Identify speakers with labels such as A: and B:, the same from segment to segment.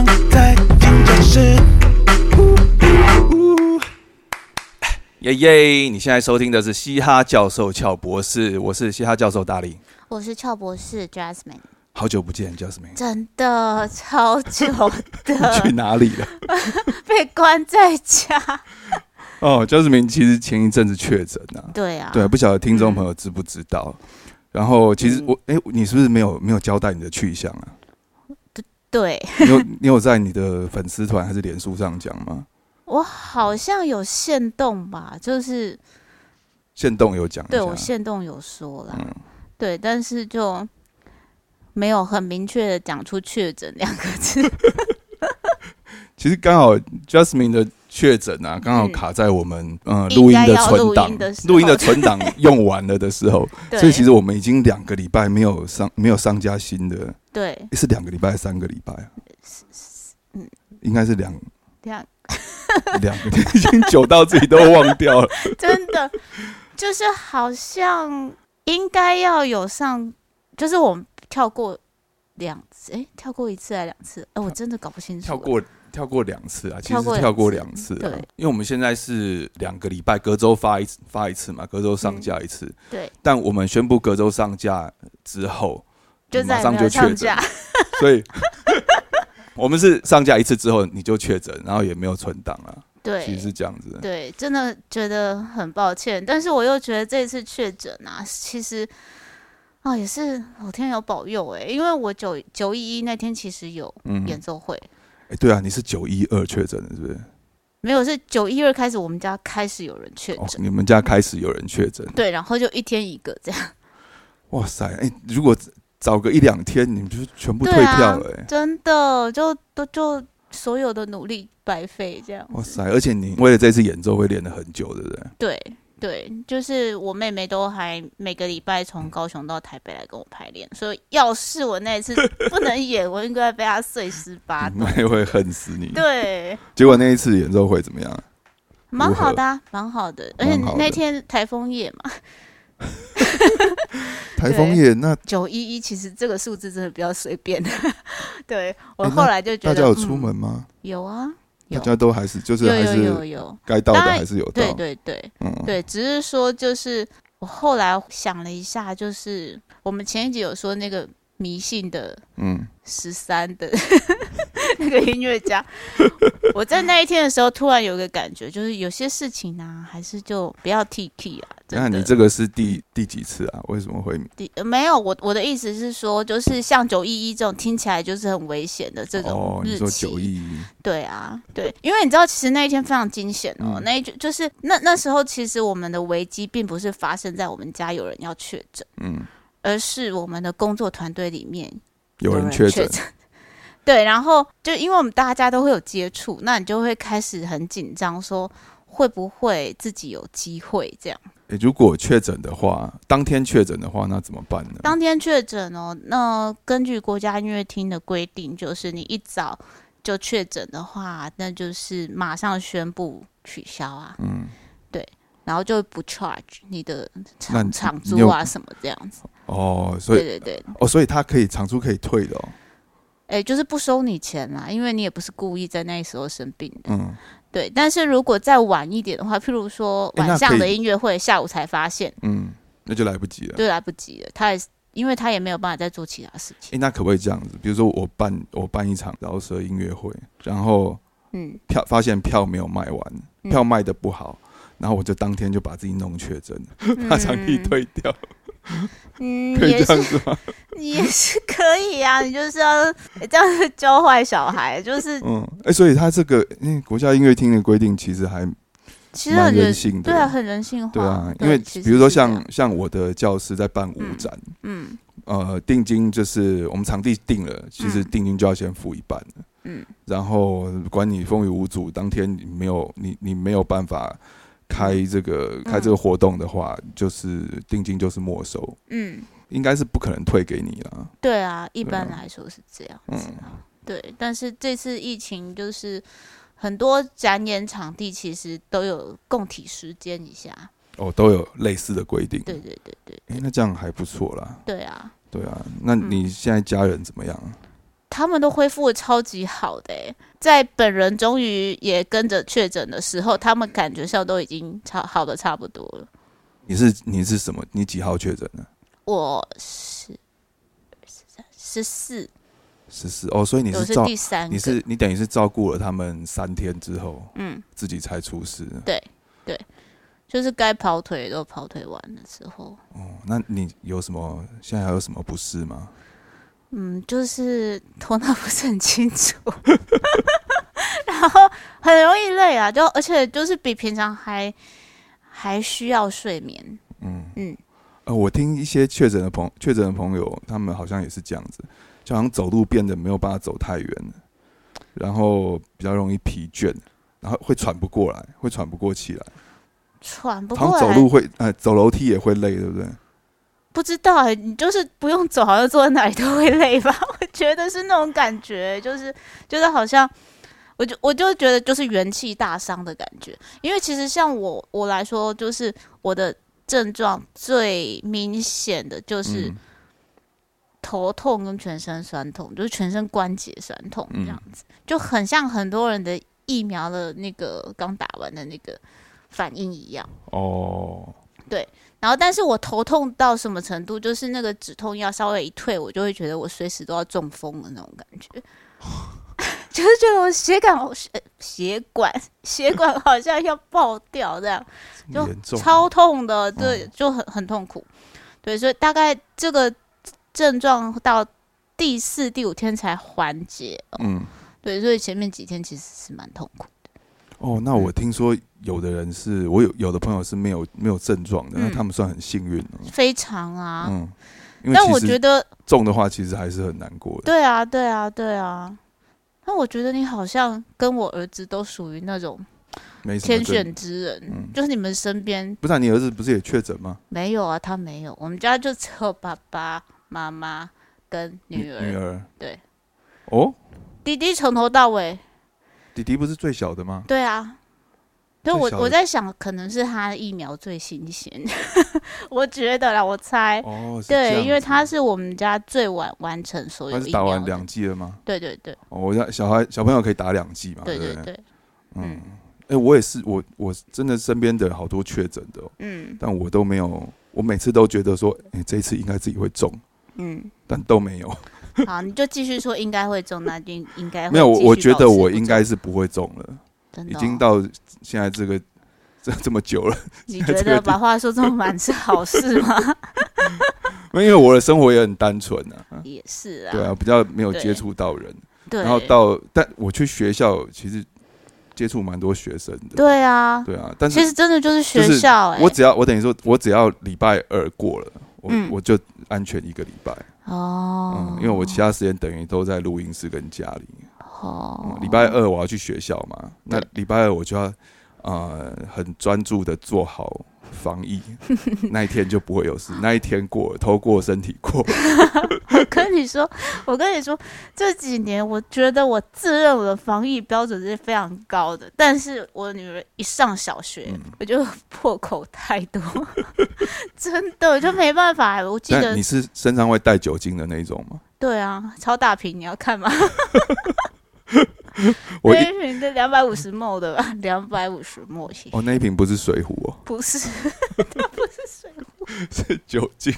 A: 哎耶耶！你现在收听的是嘻哈教授俏博士，我是嘻哈教授大力，
B: 我是俏博士 Jasmine，
A: 好久不见，Jasmine，
B: 真的超 久
A: 去
B: 的，
A: 哪里了？
B: 被关在家。
A: 哦，Jasmine 其实前一阵子确诊啊，
B: 对啊，
A: 对，不晓得听众朋友知不知道？然后其实我，哎、你是不是没有没有交代你的去向啊？
B: 对
A: 你有 你有在你的粉丝团还是脸书上讲吗？
B: 我好像有限动吧，就是
A: 线动有讲一
B: 对我
A: 下，
B: 限动有说啦，
A: 嗯
B: 对，但是就没有很明确的讲出“确诊”两个字。
A: 其实刚好 Jasmine 的确诊啊，刚好
B: 嗯
A: 卡在我们呃
B: 应
A: 录音
B: 该
A: 的
B: 要
A: 存
B: 录
A: 档
B: 音的时，
A: 录音的
B: 候
A: 存档用完了的时候，
B: 对，
A: 所以其实我们已经两个礼拜没有上没有上架新的，
B: 对
A: 诶是两个礼拜还是三个礼拜啊？
B: 嗯
A: 应该是两
B: 这样
A: 两个， 已经久到自己都忘掉了。
B: 真的就是好像应该要有上，就是我们跳过两次，诶，跳过一次还是两次？哎、我真的搞不清楚。
A: 跳过跳过两次啊，其实
B: 跳过
A: 是
B: 两
A: 跳过两次啊
B: 对，
A: 因为我们现在是两个礼拜隔周发一次发一次嘛，隔周上架一次。
B: 嗯对，
A: 但我们宣布隔周上架之后，
B: 就
A: 马
B: 再
A: 上
B: 也没
A: 就
B: 有
A: 确
B: 上
A: 诊
B: 架，，
A: 所以 我们是上架一次之后你就确诊，然后也没有存档啊， 其实
B: 对
A: 是这样子。
B: 对，真的觉得很抱歉，但是我又觉得这次确诊啊，其实啊也是老天有保佑哎、因为我九九一一那天其实有
A: 嗯，
B: 演奏会，
A: 哎、对啊，你是九一二确诊的，是不是？
B: 没有是九一二开始我们家开始有人确
A: 哦，
B: 诊，
A: 你们家开始有人确诊，
B: 对，然后就一天一个这样，
A: 哇塞！哎、如果早个一两天，你们就全部退
B: 对啊
A: 票了、哎、
B: 真的就都就所有的努力白费这样，
A: 哇塞！而且你为了这次演奏会练了很久，对不对？
B: 对。对，就是我妹妹都还每个礼拜从高雄到台北来跟我排练，所以要是我那一次 不能演，我应该被她碎尸八
A: 你
B: 段。
A: 妹会恨死你。
B: 啊对，
A: 结果那一次演奏会怎么样？
B: 蛮
A: 如何
B: 好的、啊，蛮好的。而且
A: 蛮好的
B: 那天台风夜嘛，
A: 台风夜，那
B: 九一一，其实这个数字真的比较随便。 对我
A: 诶
B: 后来就觉
A: 大
B: 得，
A: 家有出
B: 嗯
A: 门吗？
B: 有啊，
A: 大
B: 有
A: 家都还是就是
B: 有
A: 还
B: 有有
A: 是
B: 有，
A: 该到的
B: 当然
A: 还是有到，
B: 对对对
A: 嗯，
B: 对，只是说就是我后来想了一下，就是我们前一集有说那个迷信的
A: 嗯，
B: 十三的 那个音乐 家，我在那一天的时候突然有一个感觉，就是有些事情啊，还是就不要 T K 啊。真
A: 那
B: 的
A: 你这个是第第几次啊？为什么会
B: 第呃没有，我我的意思是说，就是像九一一这种听起来就是很危险的这
A: 哦
B: 种？
A: 你
B: 日
A: 说
B: 期，
A: 九一一，
B: 对啊，对，因为你知道，其实那一天非常惊险哦，
A: 嗯
B: 那一就就是那那时候，其实我们的危机并不是发生在我们家有人要确诊，
A: 嗯，
B: 而是我们的工作团队里面
A: 有人
B: 人
A: 确
B: 诊
A: 诊，。
B: 对，然后就因为我们大家都会有接触，那你就会开始很紧张，说会不会自己有机会这样。
A: 诶如果确诊的话，当天确诊的话，那怎么办呢？
B: 当天确诊哦，那根据国家音乐厅的规定，就是你一早就确诊的话，那就是马上宣布取消啊，
A: 嗯，
B: 然后就不 charge 你的
A: 那你
B: 场场
A: 你有
B: 租啊什么这样子。
A: 哦，所
B: 对
A: 以
B: 对对，
A: 哦，所以他可以场租可以退的哦，
B: 哎，就是不收你钱啦，因为你也不是故意在那时候生病的。
A: 嗯，
B: 对，但是如果再晚一点的话，譬如说
A: 哎那
B: 晚上
A: 可以啊
B: 的音乐会，下午才发现，
A: 嗯，那就来不及了。
B: 就来不及了。他也是因为他也没有办法再做其他事
A: 哎、
B: 情。
A: 那可不可以这样子？比如说我办我办一场饶舌音乐会，然后
B: 嗯，
A: 票发现票没有卖完，
B: 嗯
A: 票卖的不好，然后我就当天就把自己弄确诊，把场地
B: 嗯
A: 退掉，
B: 嗯，
A: 可以这
B: 也是
A: 样子吗？
B: 你也是可以啊，你就是要这样子教坏小孩，就是
A: 嗯，哎、所以他这个因为国家音乐厅的规定其实还
B: 其实
A: 蛮
B: 很
A: 人
B: 人
A: 性的，
B: 对啊，很人性化，
A: 对啊，因为
B: 其实
A: 比如说
B: 是这样
A: 像像我的教室在办舞
B: 嗯
A: 展，
B: 嗯
A: 呃，定金就是我们场地定了，其实
B: 嗯
A: 定金就要先付一半了
B: 嗯
A: 然后管你风雨无阻，当天你没有你你没有办法开这
B: 嗯
A: 个开这个活动的话，就是定金就是没收，
B: 嗯，
A: 应该是不可能退给你了。
B: 对啊，一
A: 对
B: 般
A: 啊
B: 来说是这样
A: 嗯
B: 子啊、对，但是这次疫情就是很多展演场地其实都有供体时间一下，
A: 哦，都有类似的规定。
B: 对对对对
A: 诶，那这样还不错啦。
B: 对啊，
A: 对啊，那你现在家人怎么样？
B: 他们都恢复的超级好的、欸，在本人终于也跟着确诊的时候，他们感觉上都已经差好的差不多了。
A: 你是你是什么？你几号确诊的？
B: 我十十四，
A: 十四哦，所以你
B: 我
A: 是
B: 是
A: 照
B: 第三个，
A: 你是你等于是照顾了他们三天之后，
B: 嗯，
A: 自己才出事。
B: 就是该跑腿都跑腿完的时候，
A: 哦，那你有什么现在还有什么不适吗？
B: 嗯，就是头脑不是很清楚， 然后很容易累啊，就而且就是比平常还还需要睡眠，
A: 嗯
B: 嗯，
A: 呃，我听一些确诊的朋确诊的朋友，他们好像也是这样子，就好像走路变得没有办法走太远了，然后比较容易疲倦，然后会喘不过来，会喘不过气来，
B: 喘不
A: 好
B: 过
A: 像走
B: 来。
A: 路会呃走楼梯也会累，对不对？
B: 不知道哎、你就是不用走，好像坐在哪里都会累吧？ 我觉得是那种感觉，就是觉得好像，我就我就觉得就是元气大伤的感觉。因为其实像我我来说，就是我的症状最明显的就是
A: 嗯
B: 头痛跟全身酸痛，就是全身关节酸痛这
A: 嗯
B: 样子，就很像很多人的疫苗的那个刚打完的那个反应一样。
A: 哦，
B: 然后，但是我头痛到什么程度，就是那个止痛药稍微一退，我就会觉得我随时都要中风的那种感觉，就是觉得我血管、呃血管、血管好像要爆掉这样，
A: 这么
B: 就
A: 严重，
B: 超痛的，对，就很很痛苦。
A: 嗯
B: 对，所以大概这个症状到第四、第五天才缓解。
A: 嗯。
B: 对，所以前面几天其实是蛮痛苦。
A: 哦，那我听说有的人是我有有的朋友是没有没有症状的，那
B: 嗯
A: 他们算很幸运哦。
B: 非常啊，
A: 嗯，因为
B: 但我
A: 其
B: 觉
A: 实
B: 得
A: 中的话，其实还是很难过的。
B: 对啊，对啊，对啊。那我觉得你好像跟我儿子都属于那种
A: 没什么
B: 天
A: 症
B: 选之人，
A: 嗯
B: 就是你们身边
A: 不是、啊、你儿子不是也确诊吗？
B: 没有啊，他没有，我们家就只有爸爸妈妈跟女儿。
A: 女儿
B: 对。
A: 哦，
B: 弟弟从头到尾，
A: 弟弟不是最小的吗？
B: 对啊。所以
A: 最
B: 我
A: 小的
B: 我在想，可能是他的疫苗最新鲜， 我觉得啦，我猜。
A: 哦，是这样
B: 哎对，
A: 子
B: 因为他是我们家最晚完成所有
A: 他
B: 疫苗
A: 是打
B: 的。
A: 完两剂了吗？
B: 对对对
A: 哦，我家小孩小朋友可以打两剂嘛？
B: 对
A: 对
B: 对
A: 不对。
B: 对，
A: 嗯，哎、我也是，我我真的身边的好多确诊的哦、
B: 嗯
A: 但我都没有，我每次都觉得说，哎、这一次应该自己会中，
B: 嗯。
A: 但都没有。
B: 好，你就继续说应该会中，那就应该会
A: 没有，我
B: 继续
A: 我觉
B: 保
A: 得
B: 持
A: 我
B: 不
A: 应
B: 中
A: 该是不会中了，
B: 真
A: 已
B: 的
A: 经
B: 哦
A: 到现在这个这这么久了，
B: 你
A: 在
B: 觉
A: 这个
B: 得
A: 地
B: 把话说这么满是好事吗？
A: 因为我的生活也很单纯啊，
B: 也是啊，
A: 对啊，比较没有接
B: 对
A: 触到人，
B: 对，
A: 然后到但我去学校其实接触蛮多学生的，
B: 对啊，
A: 对啊，但
B: 其
A: 是
B: 实真的就是
A: 就
B: 学
A: 是
B: 校哎、
A: 我只要我等于说我只要礼拜二过了，我
B: 嗯
A: 我就安全一个礼拜，
B: 哎哦、
A: 嗯，因为我其他时间等于都在录音室跟家里，
B: 哦
A: 嗯，礼拜二我要去学校嘛，那
B: 对
A: 礼拜二我就要呃很专注的做好防 疫，那一天就不会有事，那一天过了，头过身体过，
B: 我跟你说，我跟你说，这几年我觉得我自认我的防疫标准是非常高的，但是我女儿一上小学，
A: 嗯
B: 我就破口太多， 真的我就没办法、我记得
A: 但你是身上会带酒精的那一种吗？
B: 对啊，超大瓶，你要看吗？
A: 我
B: 那
A: 一
B: 一瓶的两百五十 ml 的吧， 两百五十 ml 起
A: 哦，那一瓶不是水壶哦，
B: 不是，
A: 是 酒精。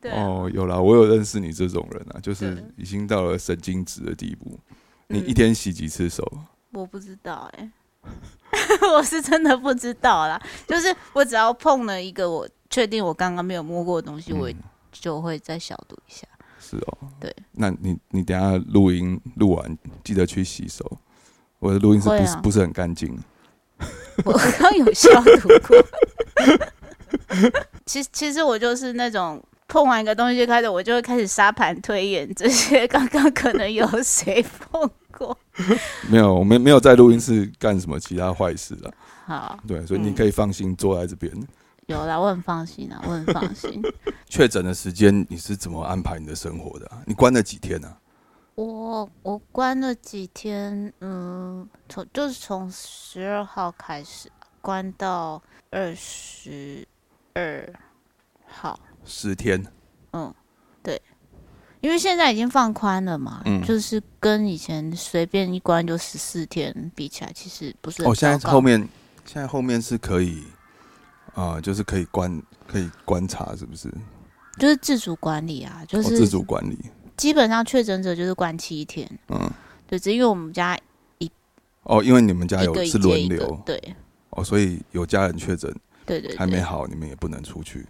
B: 对啊、
A: 哦，有啦，我有认识你这种人啊，就是
B: 对
A: 已经到了神经质的地步。你
B: 嗯
A: 一天洗几次手？
B: 我不知道哎、 我是真的不知道啦。就是我只要碰了一个我确定我刚刚没有摸过的东西，我
A: 嗯
B: 就会再消毒一下。
A: 是哦，
B: 对。
A: 那你你等一下录音录完，记得去洗手。我的录音室
B: 会
A: 不
B: 啊
A: 是、不是很干净。
B: 我刚有消毒过。 其其实我就是那种碰完一个东西就开始，我就会开始沙盘推演这些刚刚可能有谁碰过。
A: 没有，我们没有在录音室干什么其他坏事啊。
B: 好，
A: 对，所以你
B: 嗯
A: 可以放心坐在这边。
B: 有啦，我很放心啊，我很放心。
A: 确诊的时间你是怎么安排你的生活的啊、你关了几天啊？
B: 我我关了几天，嗯，从就是从十二号开始关到二十二号，
A: 十天。
B: 嗯，对，因为现在已经放宽了嘛，
A: 嗯
B: 就是跟以前随便一关就十四天比起来，其实不是很
A: 哦，现
B: 糟
A: 在
B: 糕
A: 后面现在后面是可以，啊、就是可以观可以观察是不是？
B: 就是自主管理啊，就
A: 哦，
B: 是
A: 自主管理，
B: 基本上确诊者就是关七天，
A: 嗯，
B: 对，只是因为我们家
A: 哦，因为你们家
B: 一
A: 有
B: 个一
A: 是
B: 届
A: 轮
B: 一个
A: 流，，
B: 对
A: 哦，所以有家人确诊
B: 对对
A: 还没
B: 对，
A: 好，你们也不能出去。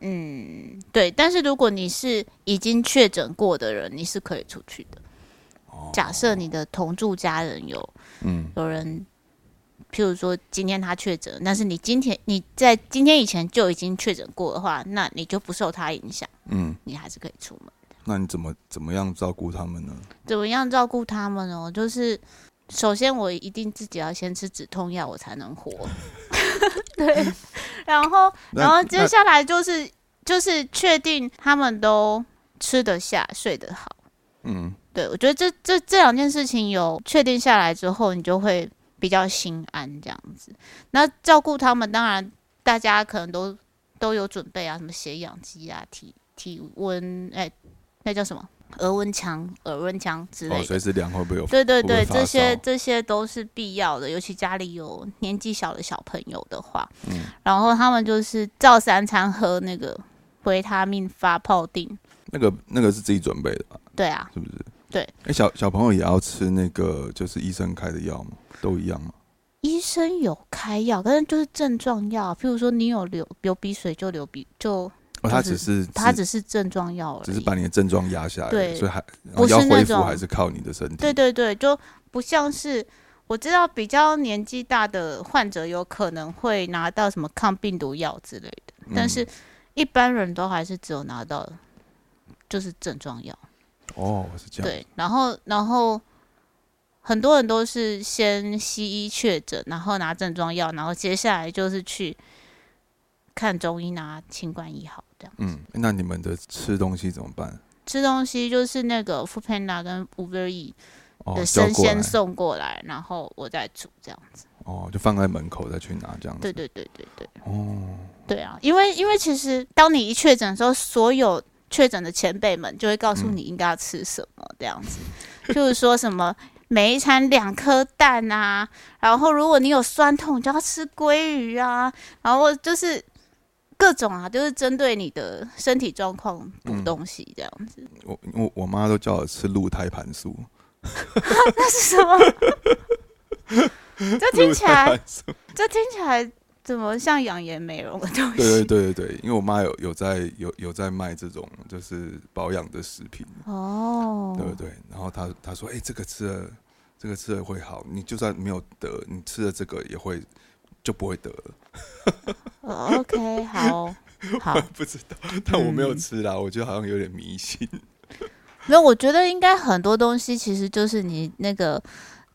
B: 嗯，对。但是如果你是已经确诊过的人，你是可以出去的。
A: 哦，
B: 假设你的同住家人有
A: 嗯，
B: 有人，譬如说今天他确诊，但是你今天你在今天以前就已经确诊过的话，那你就不受他影响，
A: 嗯，
B: 你还是可以出门。
A: 那你怎么怎么样照顾他们呢？
B: 怎么样照顾他们哦？就是首先我一定自己要先吃止痛药，我才能活。 对，然后
A: 那
B: 然后接下来就是就是确定他们都吃得下、睡得好。
A: 那嗯，
B: 对我觉得这这这两件事情有确定下来之后，你就会比较心安这样子。那照顾他们，当然大家可能都都有准备啊，什么血氧机啊、体体温，哎、那叫什么？额温枪、耳温枪之类
A: 哦，
B: 的
A: 随，时量会不会有？
B: 对对
A: 不会
B: 对，
A: 发
B: 这些
A: 烧
B: 这些都是必要的，尤其家里有年纪小的小朋友的话，
A: 嗯
B: 然后他们就是照三餐喝那个维他命发泡定，
A: 那个那个是自己准备的吧？
B: 对啊，
A: 是不是？
B: 对
A: 哎、小小朋友也要吃那个就是医生开的药吗？都一样吗？
B: 医生有开药，但是就是症状药，譬如说你有流流鼻水就流鼻，就
A: 哦，他
B: 就是
A: 只是
B: 它只是症状药而已，
A: 只是把你的症状压下来，
B: 对
A: 所以还然
B: 不
A: 后
B: 是
A: 要恢
B: 那
A: 复
B: 种
A: 还是靠你的身体。
B: 对对对，就不像是我知道比较年纪大的患者有可能会拿到什么抗病毒药之类的，
A: 嗯
B: 但是一般人都还是只有拿到就是症状药。
A: 哦，是这样。
B: 对，然后然后很多人都是先西医确诊，然后拿症状药，然后接下来就是去看中医拿清冠一号这样。
A: 嗯，那你们的吃东西怎么办？
B: 吃东西就是那个 f o o p a n d a 跟 Uber E
A: 哦，
B: 的
A: 叫
B: 生
A: 过来
B: 鲜，送过来，然后我再煮这样子。
A: 哦，就放在门口再去拿这样子。
B: 对对对对对
A: 哦，
B: 对啊！因为因为其实当你一确诊的时候，所有确诊的前辈们就会告诉
A: 嗯
B: 你应该要吃什么这样子，就是说什么每一餐两颗蛋啊，然后如果你有酸痛，你就要吃鲑鱼啊，然后就是各种啊，就是针对你的身体状况补
A: 嗯
B: 东西这样 子。
A: 我我我妈都叫我吃鹿胎盘素，
B: 那是什么？ 这听起
A: 鹿胎
B: 来，
A: 盘素。
B: 这听起来怎么像养颜美容的东西？
A: 对对对对对，因为我妈有有在有有在卖这种就是保养的食品，
B: 哦，
A: 对不对？然后她她说，哎、这个吃了这个吃了会好，你就算没有得，你吃了这个也会就不会得 了。
B: 哦 OK，好，好，
A: 不知道，但我没有
B: 嗯
A: 吃啦，我觉得好像有点迷信。
B: 没有，我觉得应该很多东西其实就是你那个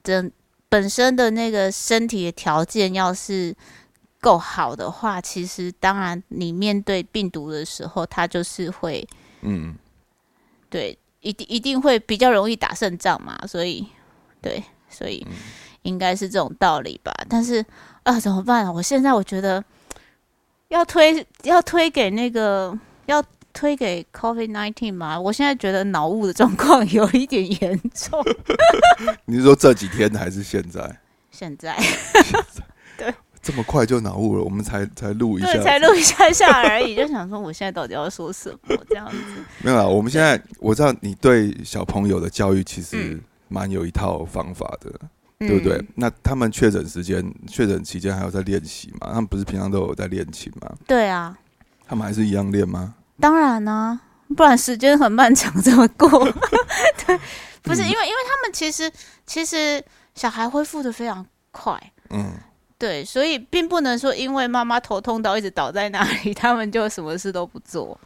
B: 整本身的那个身体的条件要是够好的话，其实当然你面对病毒的时候，它就是会
A: 嗯，
B: 对一定一定会比较容易打胜仗嘛，所以对，所以
A: 嗯
B: 应该是这种道理吧。但是啊、怎么办啊？我现在我觉得要推要推给那个要推给 COVID nineteen 嘛，我现在觉得脑雾的状况 有一点严重。
A: 你是说这几天还是现在？
B: 现在
A: 这么快就脑雾了，我们才才录一下
B: 对，，才录一下下 而已，就想说我现在到底要说什么这样子。
A: 没有啦。我们现在我知道你对小朋友的教育其实
B: 嗯
A: 蛮有一套方法的，对不对
B: 嗯？？
A: 那他们确诊时间、确诊期间还有在练习嘛？他们不是平常都有在练琴吗？
B: 对啊，
A: 他们还是一样练吗？
B: 当然啊，不然时间很漫长，怎么过？对，不是因为因为他们其实其实小孩恢复的非常快，
A: 嗯，
B: 对，所以并不能说因为妈妈头痛到一直倒在那里，他们就什么事都不做。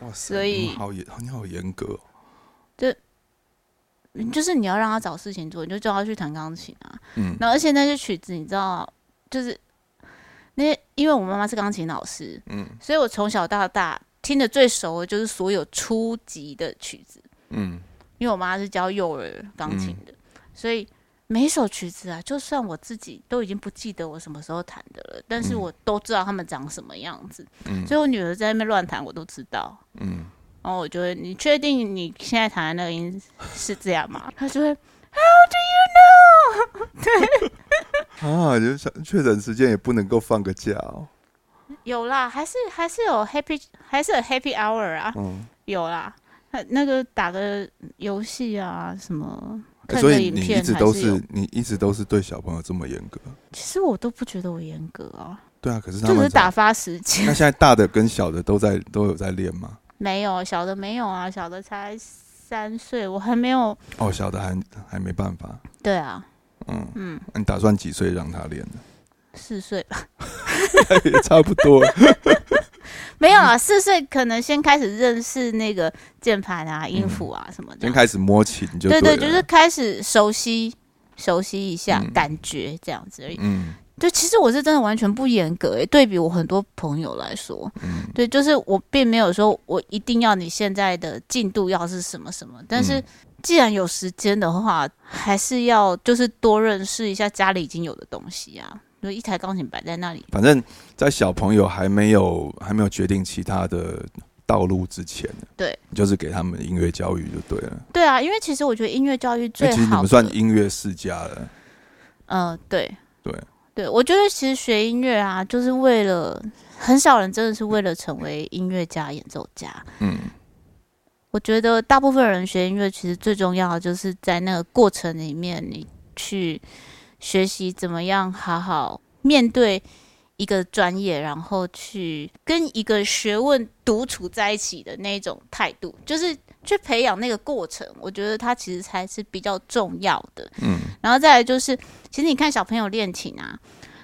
A: 哇塞，
B: 所以
A: 你好严，你好严格哦、
B: 嗯就是你要让他找事情做，你就叫他去弹钢琴啊。
A: 嗯
B: 然后而且那些曲子，你知道，就是那些因为我妈妈是钢琴老师，
A: 嗯
B: 所以我从小到大听的最熟的就是所有初级的曲子。
A: 嗯，
B: 因为我妈是教幼儿钢琴的，所以每一首曲子啊，就算我自己都已经不记得我什么时候弹的了，但是
A: 嗯
B: 我都知道他们长什么样子，
A: 嗯
B: 所以我女儿在那边乱弹，我都知道。
A: 嗯，
B: 然后我就会，你确定你现在躺在那 个音是这样吗？他就会，
A: 啊，就是想确诊时间也不能够放个假哦。
B: 有啦，还是还是有 happy，还是有 happy hour 啊，
A: 嗯，
B: 有啦。那那个打个游戏啊，什么
A: 欸
B: 看
A: 所
B: 个
A: 以
B: 影
A: 你
B: 片
A: 一直
B: 还
A: 都
B: 是
A: 是
B: 有
A: 你一直都是对小朋友这么严格，
B: 其实我都不觉得我严格啊，
A: 对啊。可是他们
B: 就只是
A: 怎么
B: 打发时间
A: 那。现在大的跟小的都在都有在练吗？
B: 没有小的没有啊，小的才三岁，我还没有。
A: 哦，小的还还没办法。
B: 对啊，
A: 嗯，
B: 嗯，
A: 那你打算几岁让他练呢？
B: 四岁吧，
A: 也差不多了。
B: 没有啊，四岁可能先开始认识那个键盘啊、音符啊什么的
A: 嗯先。开始摸琴就
B: 对
A: 对
B: 对，
A: 了
B: 就是开始熟悉熟悉一下、
A: 嗯
B: 感觉这样子而已。
A: 嗯
B: 对，其实我是真的完全不严格诶、欸对比我很多朋友来说，
A: 嗯
B: 对，就是我并没有说我一定要你现在的进度要是什么什么，但是
A: 嗯
B: 既然有时间的话，还是要就是多认识一下家里已经有的东西啊，就一台钢琴摆在那里，
A: 反正，在小朋友还没有还没有决定其他的道路之前，
B: 对，
A: 就是给他们音乐教育就对了。
B: 对啊，因为其实我觉得音乐教育
A: 那
B: 最
A: 哎其实你
B: 好
A: 们
B: 的，
A: 算音乐世家了，
B: 嗯、对
A: 对
B: 对，我觉得其实学音乐啊，就是为了很少人真的是为了成为音乐家、演奏家，
A: 嗯，
B: 我觉得大部分人学音乐，其实最重要的就是在那个过程里面，你去学习怎么样好好面对一个专业，然后去跟一个学问独处在一起的那种态度，就是去培养那个过程。我觉得它其实才是比较重要的。
A: 嗯，
B: 然后再来就是，其实你看小朋友练琴啊，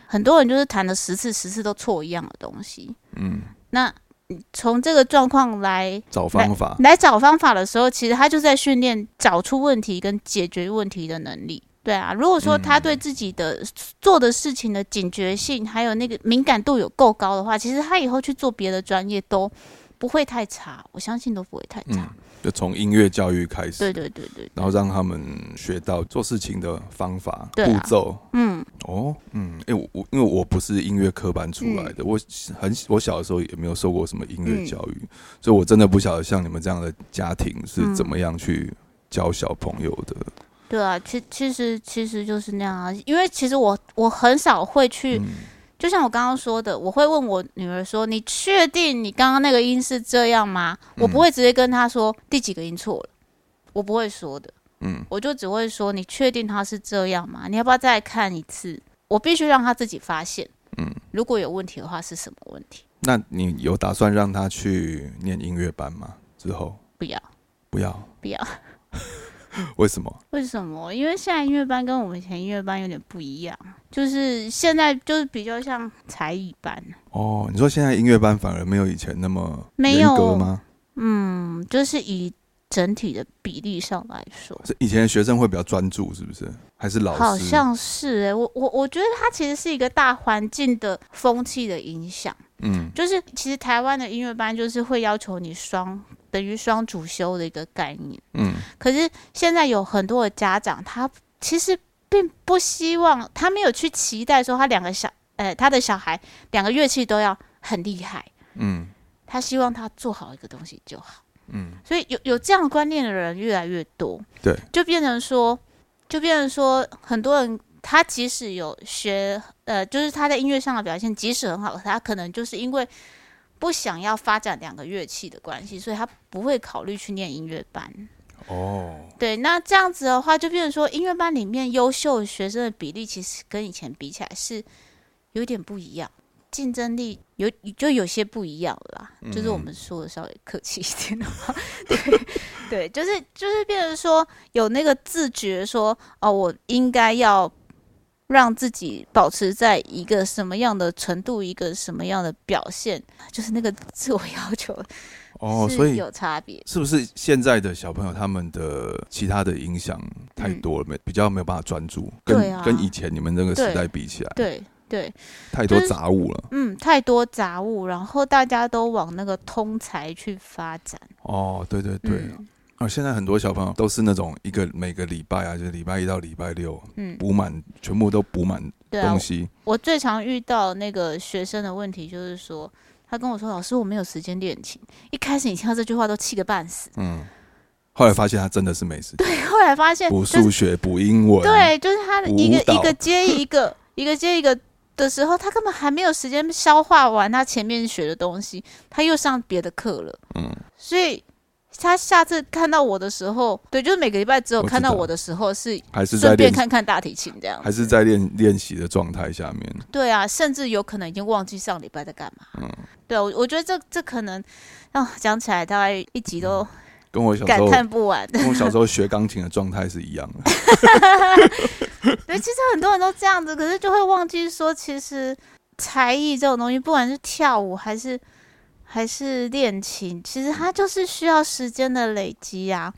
B: 很多人就是弹了十次，十次都错一样的东西。
A: 嗯，
B: 那你从这个状况来
A: 找方法，
B: 来找方法的时候，其实他就在训练找出问题跟解决问题的能力。对啊，如果说他
A: 嗯
B: 对自己的做的事情的警觉性，还有那个敏感度有够高的话，其实他以后去做别的专业都不会太差，我相信都不会太
A: 嗯
B: 差。，
A: 就从音乐教育开始，
B: 对对对对，
A: 然后让他们学到做事情的方法、
B: 对
A: 步
B: 啊
A: 骤。
B: 嗯
A: 哦，嗯，哎、我我因为我不是音乐科班出来
B: 嗯
A: 的，我很我小的时候也没有受过什么音乐教育，所以我真的不晓得像你们这样的家庭是怎么样去教小朋友的。
B: 对啊，其其实其实就是那样啊，因为其实我我很少会去、
A: 嗯
B: 就像我刚刚说的，我会问我女儿说：“你确定你刚刚那个音是这样吗？”
A: 嗯
B: 我不会直接跟她说第几个音错了，我不会说的，
A: 嗯
B: 我就只会说：“你确定它是这样吗？你要不要再看一次？”我必须让她自己发现，
A: 嗯，
B: 如果有问题的话是什么问题？
A: 那你有打算让他去念音乐班吗？之后
B: 不要
A: 不要
B: 不要，
A: 为什么？
B: 为什么？因为现在音乐班跟我们以前音乐班有点不一样，就是现在就是比较像才艺班，
A: 哦，你说现在音乐班反而没有以前那么
B: 没
A: 严
B: 有
A: 格吗？
B: 嗯，就是以整体的比例上来说。
A: 是以前的学生会比较专注，是不是？还是老师？
B: 好像是哎、我我我觉得它其实是一个大环境的风气的影响，
A: 嗯
B: 就是其实台湾的音乐班就是会要求你双等于双主修的一个概念，
A: 嗯
B: 可是现在有很多的家长他其实并不希望，他没有去期待说他两个小呃他的小孩两个乐器都要很厉害，
A: 嗯
B: 他希望他做好一个东西就好。
A: 嗯，
B: 所以有有这样观念的人越来越多，
A: 对，
B: 就变成说，就变成说，很多人他即使有学，呃，就是他在音乐上的表现即使很好，他可能就是因为不想要发展两个乐器的关系，所以他不会考虑去念音乐班。
A: 哦，
B: 对，那这样子的话，就变成说，音乐班里面优秀学生的比例其实跟以前比起来是有点不一样，竞争力有就有些不一样了啦。就是我
A: 嗯
B: 们说的稍微客气一点的话，对对， 就是就是变成说有那个自觉说，哦，我应该要让自己保持在一个什么样的程度，一个什么样的表现，就是那个自我要求
A: 哦，所
B: 是
A: 以
B: 有差别。
A: 是不是现在的小朋友他们的其他的影响太多了，没、比较没有办法专注，
B: 嗯对
A: 跟、
B: 啊
A: 跟以前你们那个时代比起来，
B: 对对，
A: 太多
B: 就是
A: 杂物了。
B: 嗯，太多杂物，然后大家都往那个通才去发展。
A: 哦，对对对，
B: 嗯
A: 啊，现在很多小朋友都是那种一个每个礼拜啊，就是礼拜一到礼拜六
B: 嗯，
A: 补满，全部都补满
B: 对啊
A: 东，西。
B: 我最常遇到那个学生的问题就是说，他跟我说：“老师，我没有时间练琴。”一开始你听到这句话都气个半死，
A: 嗯，后来发现他真的是没时间，
B: 后来发现
A: 补
B: 就是
A: 数学、补英文，，
B: 对，就是他的一
A: 舞
B: 个一
A: 蹈
B: 个接一个，一个接一个的时候，他根本还没有时间消化完他前面学的东西，他又上别的课了。
A: 嗯，
B: 所以他下次看到我的时候，对，就是每个礼拜只有
A: 我知
B: 看到
A: 道
B: 我的时候是
A: 还是在
B: 顺便
A: 练，
B: 看看大提琴这样
A: 还。是在练练习的状态下面，
B: 对啊，甚至有可能已经忘记上礼拜在干嘛。
A: 嗯，
B: 对啊，我我觉得这这可能，啊，讲起来大概一集都
A: 跟我小嗯时
B: 感
A: 候
B: 叹不完。
A: 跟我小时候学钢琴的状态是一样的。
B: 对，其实很多人都这样子，可是就会忘记说，其实才艺这种东西，不管是跳舞还是还是练琴，其实它就是需要时间的累积啊。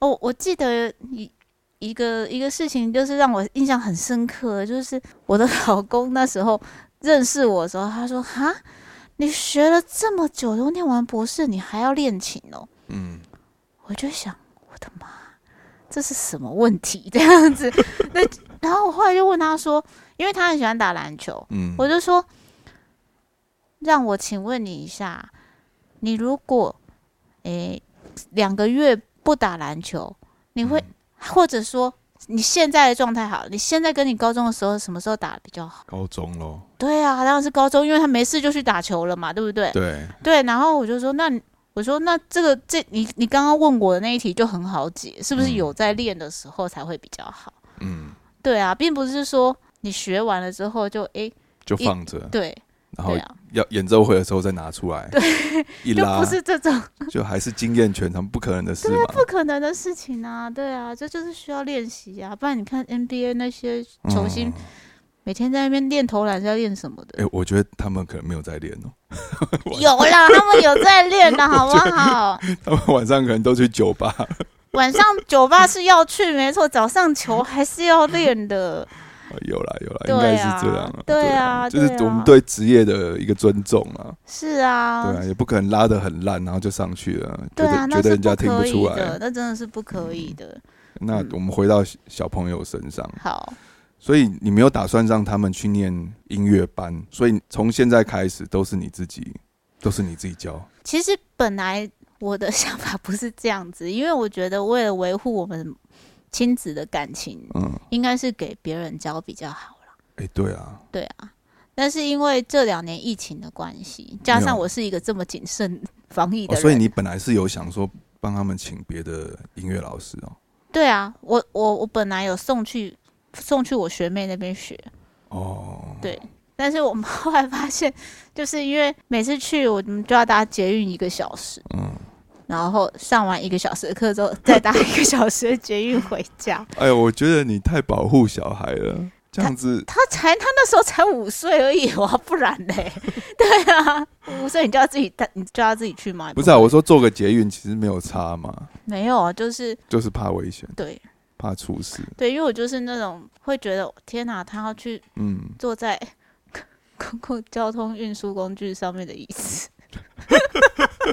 B: 哦，我记得一一个一个事情，就是让我印象很深刻的，就是我的老公那时候认识我的时候，他说：“哈，你学了这么久，都念完博士，你还要练琴哦？”
A: 嗯，
B: 我就想，我的妈，这是什么问题？ 这样子，那然后我后来就问他说，因为他很喜欢打篮球，
A: 嗯，
B: 我就说，让我请问你一下，你如果诶两个月不打篮球，你会、或者说你现在的状态好，你现在跟你高中的时候什么时候打比较好？
A: 高中咯，
B: 对啊，当然是高中，因为他没事就去打球了嘛，对不对？
A: 对，
B: 对，然后我就说，那你我说那这个这你你刚刚问我的那一题就很好解，是不是
A: 嗯
B: 有在练的时候才会比较好？
A: 嗯，
B: 对啊，并不是说你学完了之后就诶，
A: 就放着，
B: 对
A: 然后
B: 对啊，
A: 要演奏会的时候再拿出来，一
B: 就
A: 拉
B: 不是这种
A: 就还是经验全场不可能的事嘛
B: 不。可能的事情啊，对啊，这就是需要练习啊，不然你看 NBA 那些球星
A: 嗯，
B: 每天在那边练投篮是要练什么的？
A: 哎，我觉得他们可能没有在练哦， 晚
B: 有啦，他们有在练 的好不好？
A: 他们晚上可能都去酒吧。
B: 晚上酒吧是要去，没错，早上球还是要练的。
A: 哦有啦有啦，
B: 对
A: 应
B: 啊
A: 该是这样啊。
B: 对啊
A: 就
B: 对啊
A: 是我们对职业的一个尊重啊。
B: 是啊，
A: 对啊，也不可能拉的很烂，然后就上去了，觉
B: 对
A: 得觉
B: 啊，那
A: 得
B: 是
A: 人家
B: 不
A: 听不
B: 可以
A: 出
B: 的，
A: 来。
B: 那真的是不可以的。
A: 那
B: 嗯
A: 我们回到小小朋友身上，
B: 好，
A: 所以你没有打算让他们去念音乐班，所以从现在开始都是你自己，都是你自己教。
B: 其实本来我的 想法不是这样子，因为我觉得为了维护我们亲子的感情，
A: 嗯，
B: 应该是给别人教比较好啦。
A: 哎、对啊，
B: 对啊，但是因为这两年疫情的关系，加
A: 没
B: 上
A: 有
B: 我是一个这么谨慎防疫的
A: 哦，
B: 人，
A: 所以你本来是有想说帮他们请别的音乐老师哦。
B: 对啊，我我我本来有送去送去我学妹那边学，
A: 哦，
B: 对但是我们 后来发现，就是因为每次去我们就要搭捷运一个小时，
A: 嗯，
B: 然后上完一个小时的课之后，再搭一个小时的捷运回家。
A: 哎，我觉得你太保护小孩了，这样子
B: 他才他那时候才五岁而已，哇，不然嘞？ 对啊，五岁你就要自己带，你就要自己去买。
A: 不是啊？我说做个捷运其实没有差嘛，
B: 没有啊，就是
A: 就是怕危险，
B: 对
A: 怕出事。
B: 对，因为我就是那种会觉得天哪，他要去
A: 嗯，
B: 坐在 公共交通运输工具上面的意思。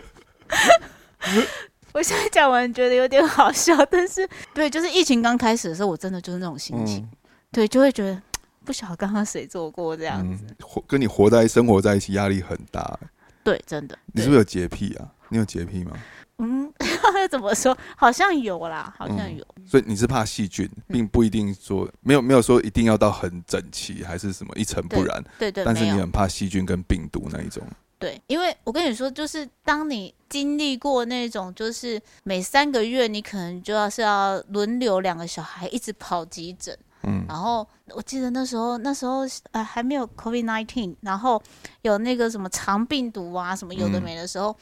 B: 我现在讲完觉得有点好笑，但是对，就是疫情刚开始的时候，我真的就是那种心情，
A: 嗯
B: 对，就会觉得不晓得刚刚谁做过这样子，
A: 嗯、活跟你活在生活在一起，压力很大。
B: 对，真的，
A: 你是不是
B: 对
A: 有洁癖啊？你有洁癖吗？
B: 嗯， 怎么说？好像有啦，好像
A: 嗯
B: 有，
A: 所以你是怕细菌，
B: 嗯
A: 并不一定说没有没有说一定要到很整齐还是什么一尘不染，
B: 对对，
A: 但是
B: 没
A: 你
B: 有。
A: 很怕细菌跟病毒那一种。
B: 对，因为我跟你说，就是当你经历过那种，就是每三个月你可能就要是要轮流两个小孩一直跑急诊，
A: 嗯
B: 然后我记得那时候那时候呃还没有 COVID nineteen，然后有那个什么肠病毒啊什么有的
A: 嗯
B: 没的时候，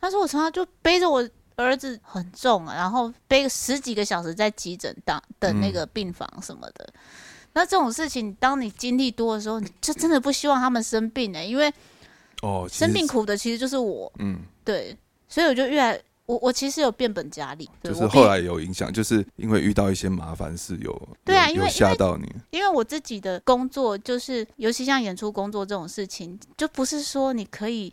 B: 那时候我常常就背着我儿子很重啊，然后背个十几个小时在急诊当等那
A: 嗯
B: 个病房什么的。那这种事情，当你经历多的时候，你就真的不希望他们生病欸的、因为
A: 哦，其实
B: 生病苦的其实就是我，
A: 嗯，
B: 对，所以我就越来，我我其实有变本加厉，对
A: 就是
B: 我
A: 后
B: 变
A: 来有影响，就是因为遇到一些麻烦事有
B: 对啊
A: 有
B: 因为
A: 有吓到你，
B: 因为我自己的工作就是，尤其像演出工作这种事情，就不是说你可以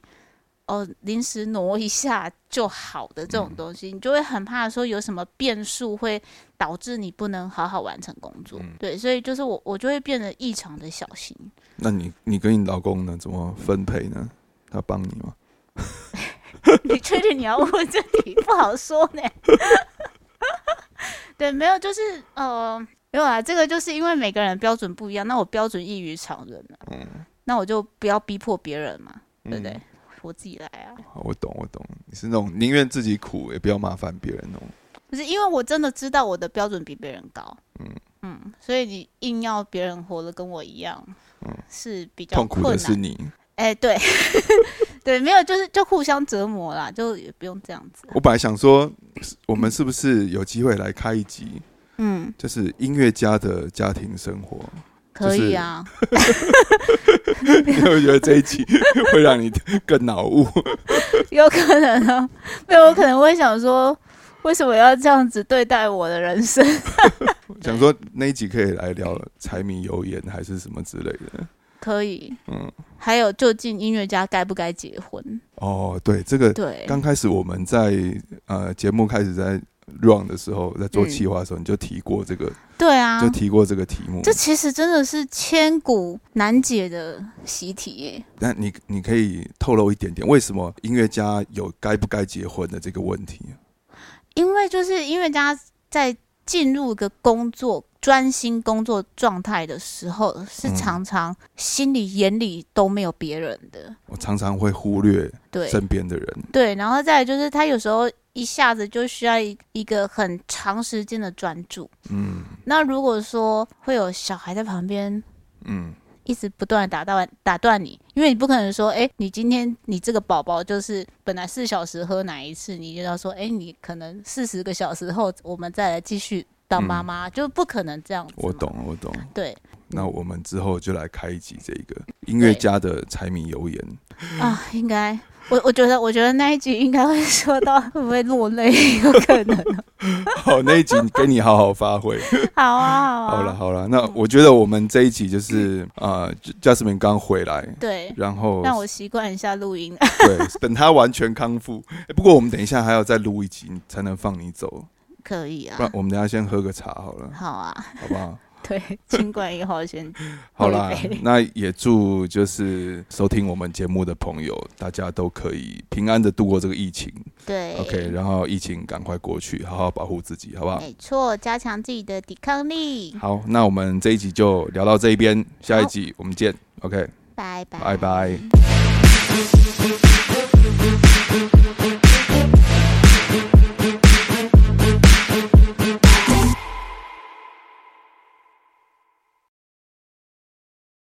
B: 哦临时挪一下就好的这种东西，你就会很怕说有什么变数会导致你不能好好完成工作，
A: 嗯
B: 对，所以就是我我就会变得异常的小心。
A: 那你你跟你老公呢怎么分配呢？他帮你吗？
B: 你确定你要问这题？不好说呢。 对，没有，就是呃，没有啊，这个就是因为每个人标准不一样，那我标准异于常人啊，那我就不要逼迫别人嘛，对不对？
A: 嗯
B: 我自己来啊，
A: 好我懂，我懂，你是那种宁愿自己苦也不要麻烦别人哦那种。
B: 不是因为我真的知道我的标准比别人高，
A: 嗯
B: 嗯，所以你硬要别人活得跟我一样，
A: 嗯
B: 是比较
A: 痛
B: 困
A: 苦
B: 难
A: 的是你，
B: 哎、对， 对，没有，就是就互相折磨啦，就也不用这样子。
A: 我本来想说，我们是不是有机会来开一集，
B: 嗯，
A: 就是音乐家的家庭生活？
B: 可
A: 就
B: 以
A: 是
B: 啊，
A: 因为我觉得这一 集会让你更脑雾。
B: 有可能啊，没有，我可能会想说，为什么要这样子对待我的人生？
A: 想说那一集可以来聊柴米油盐还是什么之类的。
B: 可以，
A: 嗯，
B: 还有究竟音乐家该不该结婚？
A: 哦，对，这个
B: 对，
A: 刚开始我们在呃节目开始在 run 的时候，在做
B: 嗯
A: 企划的时候，你就提过这个，
B: 对啊
A: 就，提过这个题目。
B: 这其实真的是千古难解的习题耶。
A: 那你你可以透露一点点，为什么音乐家有该不该结婚的这个问题？
B: 因为就是音乐家在进入一个工作、专心工作状态的时候，是
A: 嗯
B: 常常心里眼里都没有别人的。
A: 我常常会忽略
B: 对
A: 身边的人。
B: 对，然后再来就是他有时候一下子就需要一一个很长时间的专注。
A: 嗯
B: 那如果说会有小孩在旁边。
A: 嗯，
B: 一直不断的打断打断你，因为你不可能说，哎、你今天你这个宝宝就是本来四小时喝奶一次，你就要说，哎、你可能四十个小时后我们再来继续当妈妈，就不可能这样子。
A: 嗯我。懂我懂。
B: 对
A: 那我们之后就来开一集这个音乐家的柴米油 盐。
B: 啊，应该我我觉得我觉得那一集应该会说到会不会落泪，有可能哦。
A: 好，那一集给你好好发挥。
B: 好啊，好啊。
A: 好了。好了，那我觉得我们这一集就是呃，贾斯敏刚回来，
B: 对，
A: 然后
B: 让我习惯一下录音。
A: 对，等他完全康复。欸不过我们等一下还要再录一集才能放你走，
B: 可以
A: 不然
B: 啊。
A: 我们等一下先喝个茶好了，
B: 好啊，
A: 好不好？
B: 对，清冠一号先
A: 好啦
B: 喝一杯，
A: 那也祝就是收听我们节目的朋友，大家都可以平安的度过这个疫情。
B: 对
A: OK，然后疫情赶快过去，好好保护自己，好不好？
B: 没错，加强自己的抵抗力。
A: 好，那我们这一集就聊到这一边，下一集我们见。OK，
B: 拜
A: 拜
B: 拜，
A: 拜。